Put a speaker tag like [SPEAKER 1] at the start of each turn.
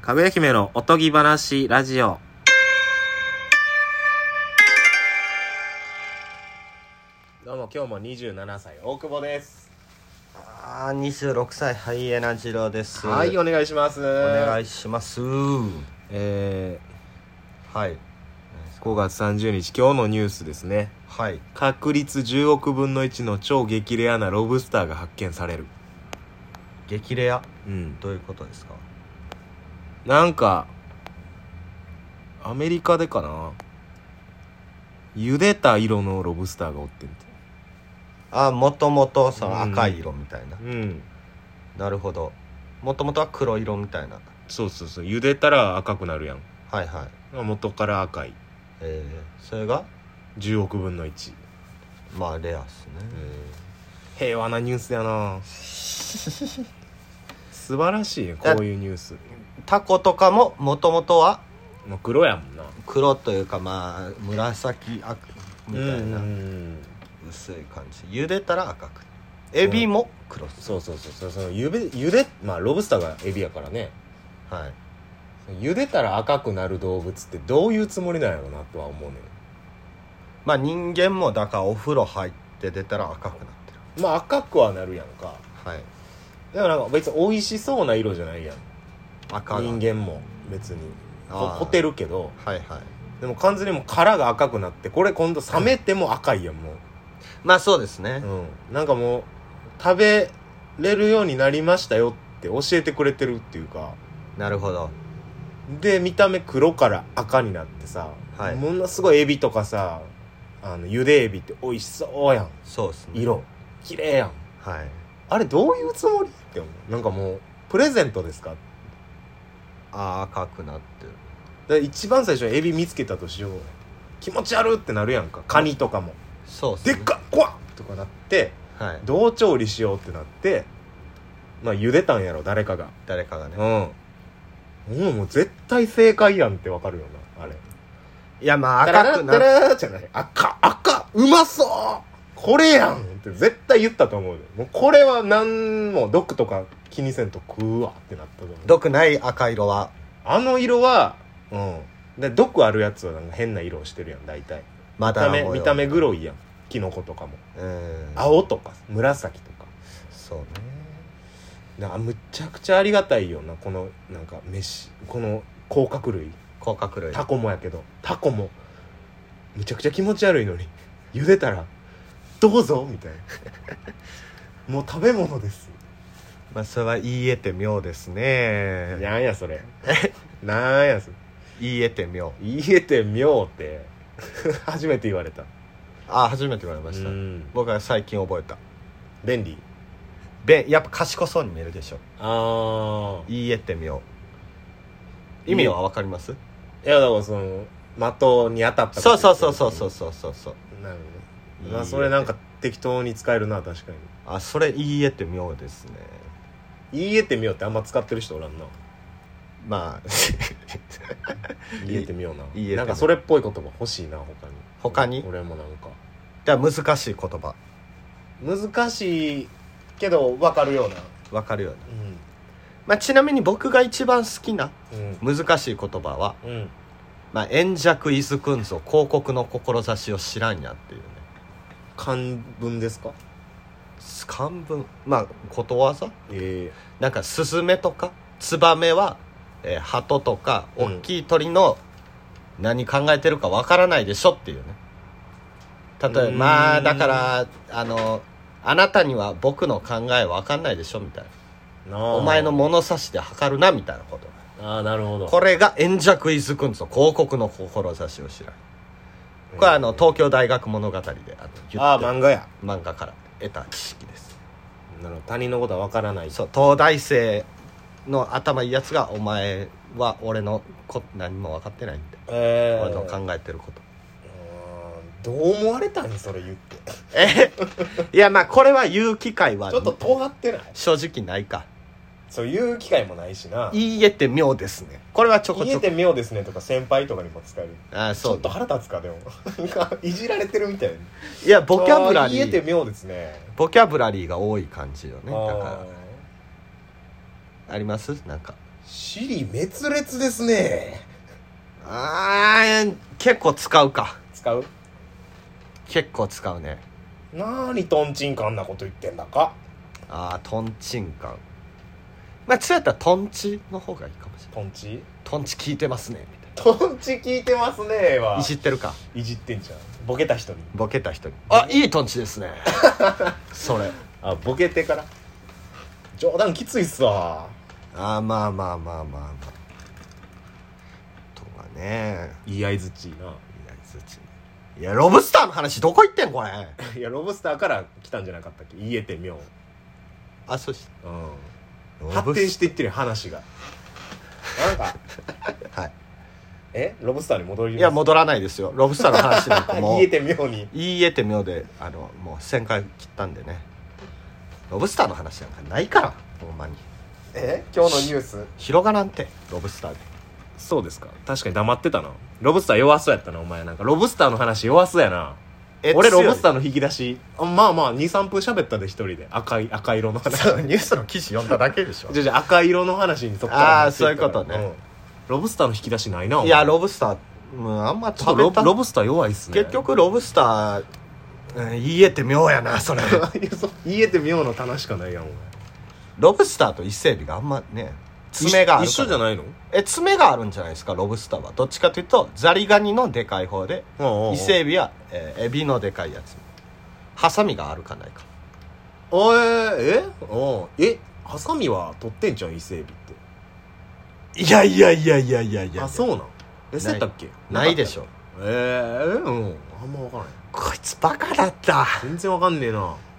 [SPEAKER 1] かぐや姫のおとぎ話ラジオ。どうも、今日も27歳、大久保です。
[SPEAKER 2] あー26歳ハイエナジロです
[SPEAKER 1] はい、
[SPEAKER 2] お
[SPEAKER 1] お願いします。お
[SPEAKER 2] 願
[SPEAKER 1] い。
[SPEAKER 2] いします
[SPEAKER 1] え
[SPEAKER 2] はい
[SPEAKER 1] ー、5月30日、今日のニュースですね。
[SPEAKER 2] はい
[SPEAKER 1] 確率10億分の1の超激レアなロブスターが発見される。
[SPEAKER 2] 激レア
[SPEAKER 1] うん。
[SPEAKER 2] どういうことですか
[SPEAKER 1] なんか、アメリカでかな。茹でた色のロブスターがおってんて。
[SPEAKER 2] あーもともとその赤い色みたいな、
[SPEAKER 1] うん。
[SPEAKER 2] なるほどもともとは黒色みたいな
[SPEAKER 1] そうそうそう茹でたら赤くなるやん
[SPEAKER 2] はいはい
[SPEAKER 1] 元から赤い
[SPEAKER 2] えー、それが
[SPEAKER 1] 10億分の1、
[SPEAKER 2] まあレアっすね、
[SPEAKER 1] 平和なニュースや な素晴らしいねこういうニュース
[SPEAKER 2] タコとかももともとは
[SPEAKER 1] もう黒やもんな
[SPEAKER 2] 黒というかまあ紫あみたいな
[SPEAKER 1] うん
[SPEAKER 2] 薄い感じ茹でたら赤くエビも黒っす、
[SPEAKER 1] そうそうそうそうそのゆでゆでまあロブスターがエビやからね
[SPEAKER 2] はい
[SPEAKER 1] 茹でたら赤くなる動物ってどういうつもりなんやろうなとは思うね
[SPEAKER 2] まあ人間もだからお風呂入って出たら赤くなってる
[SPEAKER 1] んまあ赤くはなるやんか
[SPEAKER 2] はい
[SPEAKER 1] だからなんか別に美味しそうな色じゃないやん
[SPEAKER 2] 赤が
[SPEAKER 1] 人間も別にほ
[SPEAKER 2] あー
[SPEAKER 1] ほてるけど
[SPEAKER 2] はいはい
[SPEAKER 1] でも完全にもう殻が赤くなってこれ今度冷めても赤いやんも
[SPEAKER 2] まあそうですね
[SPEAKER 1] う、うん、なんかもう食べれるようになりましたよって教えてくれてるっていうか
[SPEAKER 2] なるほど
[SPEAKER 1] で見た目黒から赤になってさ、
[SPEAKER 2] はい
[SPEAKER 1] ものすごいエビとかさあの茹でエビって美味しそうやん
[SPEAKER 2] そうですね
[SPEAKER 1] 色綺麗やん
[SPEAKER 2] はい
[SPEAKER 1] あれどういうつもりって思うなんかもうプレゼントですか
[SPEAKER 2] あー赤くなってる
[SPEAKER 1] で一番最初にエビ見つけたとしよう気持ち悪ってなるやんかカニとかも
[SPEAKER 2] そうです
[SPEAKER 1] で
[SPEAKER 2] ね
[SPEAKER 1] っかっ怖っとかなって
[SPEAKER 2] はい
[SPEAKER 1] どう調理しようってなってまあ茹でたんやろ誰かが
[SPEAKER 2] 誰かがね
[SPEAKER 1] うんもうもう絶対正解やんってわかるよなあれ
[SPEAKER 2] いやまあ
[SPEAKER 1] タラ
[SPEAKER 2] 赤
[SPEAKER 1] ラ
[SPEAKER 2] く
[SPEAKER 1] ッ
[SPEAKER 2] な
[SPEAKER 1] タ
[SPEAKER 2] る
[SPEAKER 1] ラーじゃない赤赤うまそうこれやんって絶対言ったと思うでもうこれは何も毒とか気にせんと食うわってなったと思う
[SPEAKER 2] 毒ない赤色は
[SPEAKER 1] あの色はうんで毒あるやつはなんか変な色をしてるやん大体
[SPEAKER 2] ま
[SPEAKER 1] 見た
[SPEAKER 2] だ
[SPEAKER 1] 目見た目
[SPEAKER 2] い
[SPEAKER 1] 黒いやんキノコとかも
[SPEAKER 2] うん
[SPEAKER 1] 青とか紫とか
[SPEAKER 2] そうね
[SPEAKER 1] なむちゃくちゃありがたいよなこのなんか飯この甲殻類
[SPEAKER 2] 甲殻類
[SPEAKER 1] タコもやけどタコもむちゃくちゃ気持ち悪いのに茹でたら「どうぞ」みたいな もう食べ物です
[SPEAKER 2] まあそれは言い得て妙ですね
[SPEAKER 1] なんやそれ なんやそれ
[SPEAKER 2] 言い得て妙
[SPEAKER 1] 言えて妙って 初めて言われた
[SPEAKER 2] あー初めて言われました
[SPEAKER 1] うん
[SPEAKER 2] 僕は最近覚えた
[SPEAKER 1] 便利
[SPEAKER 2] べやっぱ賢そうに見えるでしょ
[SPEAKER 1] ああ
[SPEAKER 2] 言い得て妙意味は分かります
[SPEAKER 1] いやだからその的に当たった
[SPEAKER 2] そうそうそうそうそううそうそうそう
[SPEAKER 1] なるほどねまあそれなんか適当に使えるな確かに
[SPEAKER 2] あそれ言い得て妙ですね
[SPEAKER 1] 言えてみようってあんま使ってる人おらんな
[SPEAKER 2] まあ
[SPEAKER 1] 言えてみような
[SPEAKER 2] 言えてみよう
[SPEAKER 1] なんかそれっぽい言葉欲しいな他に
[SPEAKER 2] 他に
[SPEAKER 1] 俺もなんか
[SPEAKER 2] だから難しい言葉
[SPEAKER 1] 難しいけど分かるような
[SPEAKER 2] わかるよね、まあ、ちなみに僕が一番好きな
[SPEAKER 1] うん
[SPEAKER 2] 難しい言葉は
[SPEAKER 1] うん、うん、
[SPEAKER 2] 「まあ、円弱伊豆くんぞ広告の志を知らんや」っていうね
[SPEAKER 1] 漢文ですか
[SPEAKER 2] 漢文まあことわざ
[SPEAKER 1] え
[SPEAKER 2] なんかスズメとかツバメは、えー鳩とか
[SPEAKER 1] うん
[SPEAKER 2] 大きい鳥の何考えてるかわからないでしょっていうね例え
[SPEAKER 1] う
[SPEAKER 2] ば
[SPEAKER 1] ーん
[SPEAKER 2] まあだからあのあなたには僕の考えわかんないでしょみたい
[SPEAKER 1] えな
[SPEAKER 2] な
[SPEAKER 1] あ
[SPEAKER 2] お前の物差しで測るなみたいなこと
[SPEAKER 1] ああなるほど
[SPEAKER 2] これが円弱伊豆くんと広告の志を知らんこれはあの東京大学物語であの言
[SPEAKER 1] ああ
[SPEAKER 2] って
[SPEAKER 1] 漫画や
[SPEAKER 2] 漫画から得た知識です
[SPEAKER 1] なるほど他人のことは分からない
[SPEAKER 2] そう東大生の頭いいやつが「お前は俺のこ何も分かってない」みたい
[SPEAKER 1] え
[SPEAKER 2] な
[SPEAKER 1] え
[SPEAKER 2] 俺の考えてること
[SPEAKER 1] どう思われたんそれ言ってち
[SPEAKER 2] えいやまあこれは言う機会は
[SPEAKER 1] ょっと尖ってない
[SPEAKER 2] 正直ないか
[SPEAKER 1] そういう機会もないしな
[SPEAKER 2] 言い得て妙ですねこれはちょこ
[SPEAKER 1] 言
[SPEAKER 2] ち
[SPEAKER 1] え
[SPEAKER 2] ょこ
[SPEAKER 1] て妙ですねとか先輩とかにも使える
[SPEAKER 2] あー
[SPEAKER 1] ちょ
[SPEAKER 2] そ
[SPEAKER 1] っと腹立つかでも なんかいじられてるみたいな
[SPEAKER 2] ういやボキャブラリ
[SPEAKER 1] あ言えて
[SPEAKER 2] ー
[SPEAKER 1] 妙ですね
[SPEAKER 2] ボキャブラリーが多い感じよ
[SPEAKER 1] あ
[SPEAKER 2] ねだ
[SPEAKER 1] ー
[SPEAKER 2] からありますなんか
[SPEAKER 1] シリ滅裂ですね
[SPEAKER 2] あー結構使うか
[SPEAKER 1] 使う
[SPEAKER 2] 結構使うね
[SPEAKER 1] なーにとんちんかんなこと言ってんだか
[SPEAKER 2] あートンチンカンまあそうやったらトンチの方がいいかもしれな
[SPEAKER 1] と
[SPEAKER 2] い
[SPEAKER 1] んち
[SPEAKER 2] トンチ効いてますねみた い
[SPEAKER 1] とんち聞いてますねーは
[SPEAKER 2] ないじってるか
[SPEAKER 1] いじってんじゃんボケた人に
[SPEAKER 2] ボケた人にあいいトンチですね それ
[SPEAKER 1] あボケてから冗談きついっすわ
[SPEAKER 2] あーまあまあまあまあまあとかね
[SPEAKER 1] いい合図ちない
[SPEAKER 2] やそっちねいやロブスターの話どこ行ってんこれ
[SPEAKER 1] いやロブスターから来たんじゃなかったっけ言えてみょ
[SPEAKER 2] あそし
[SPEAKER 1] う、うん、
[SPEAKER 2] ロ
[SPEAKER 1] 発
[SPEAKER 2] ブ
[SPEAKER 1] 展
[SPEAKER 2] ス
[SPEAKER 1] していってるよ話がなんか
[SPEAKER 2] はい
[SPEAKER 1] えロブスターに戻ります
[SPEAKER 2] いや戻らないですよロブスターの話なんか
[SPEAKER 1] あ
[SPEAKER 2] もう
[SPEAKER 1] 言えてみょうに
[SPEAKER 2] 言い得て妙であのもう1000回切ったんでねロブスターの話なんかないからほんまに
[SPEAKER 1] え今日のニュース
[SPEAKER 2] 広がらんてロブスターで
[SPEAKER 1] そうですか確かに黙ってたなロブスター弱そうやったなお前なんかロブスターの話弱そうやな俺ロブスタ
[SPEAKER 2] ー
[SPEAKER 1] ーの引き出しあまあまあ23分喋ったで一人で赤い赤色の話
[SPEAKER 2] ニュースの記事読んだだけでしょ
[SPEAKER 1] じゃあじゃあ赤色の話にそっから
[SPEAKER 2] あー
[SPEAKER 1] 持ってったから
[SPEAKER 2] そういうことね
[SPEAKER 1] んロブスターの引き出しないなお前
[SPEAKER 2] いやロブスター、うん、あんま
[SPEAKER 1] ちょっ
[SPEAKER 2] 食
[SPEAKER 1] とロ
[SPEAKER 2] べ
[SPEAKER 1] ブ
[SPEAKER 2] た
[SPEAKER 1] ロブスター弱いっすね
[SPEAKER 2] 結局ロブスター、うん、言い得て妙や なそ れ
[SPEAKER 1] いやそう言えて妙な棚しかないやんお前
[SPEAKER 2] ロブスターと伊勢エビがあんまね爪があるから
[SPEAKER 1] 一緒じゃないの
[SPEAKER 2] え爪があるんじゃないですかロブスターはどっちかというとザリガニのでかい方で伊勢エビは、えーエビのでかいやつハサミがあるかないか
[SPEAKER 1] おええおえハサミは取ってんじゃん伊勢エビって
[SPEAKER 2] いやいやいやいやいやいや
[SPEAKER 1] あそうなんえそうやったっけ
[SPEAKER 2] ないで
[SPEAKER 1] ょ
[SPEAKER 2] しょ
[SPEAKER 1] ええうんあんま分からない
[SPEAKER 2] こいつバカだった
[SPEAKER 1] 全然わかんねえな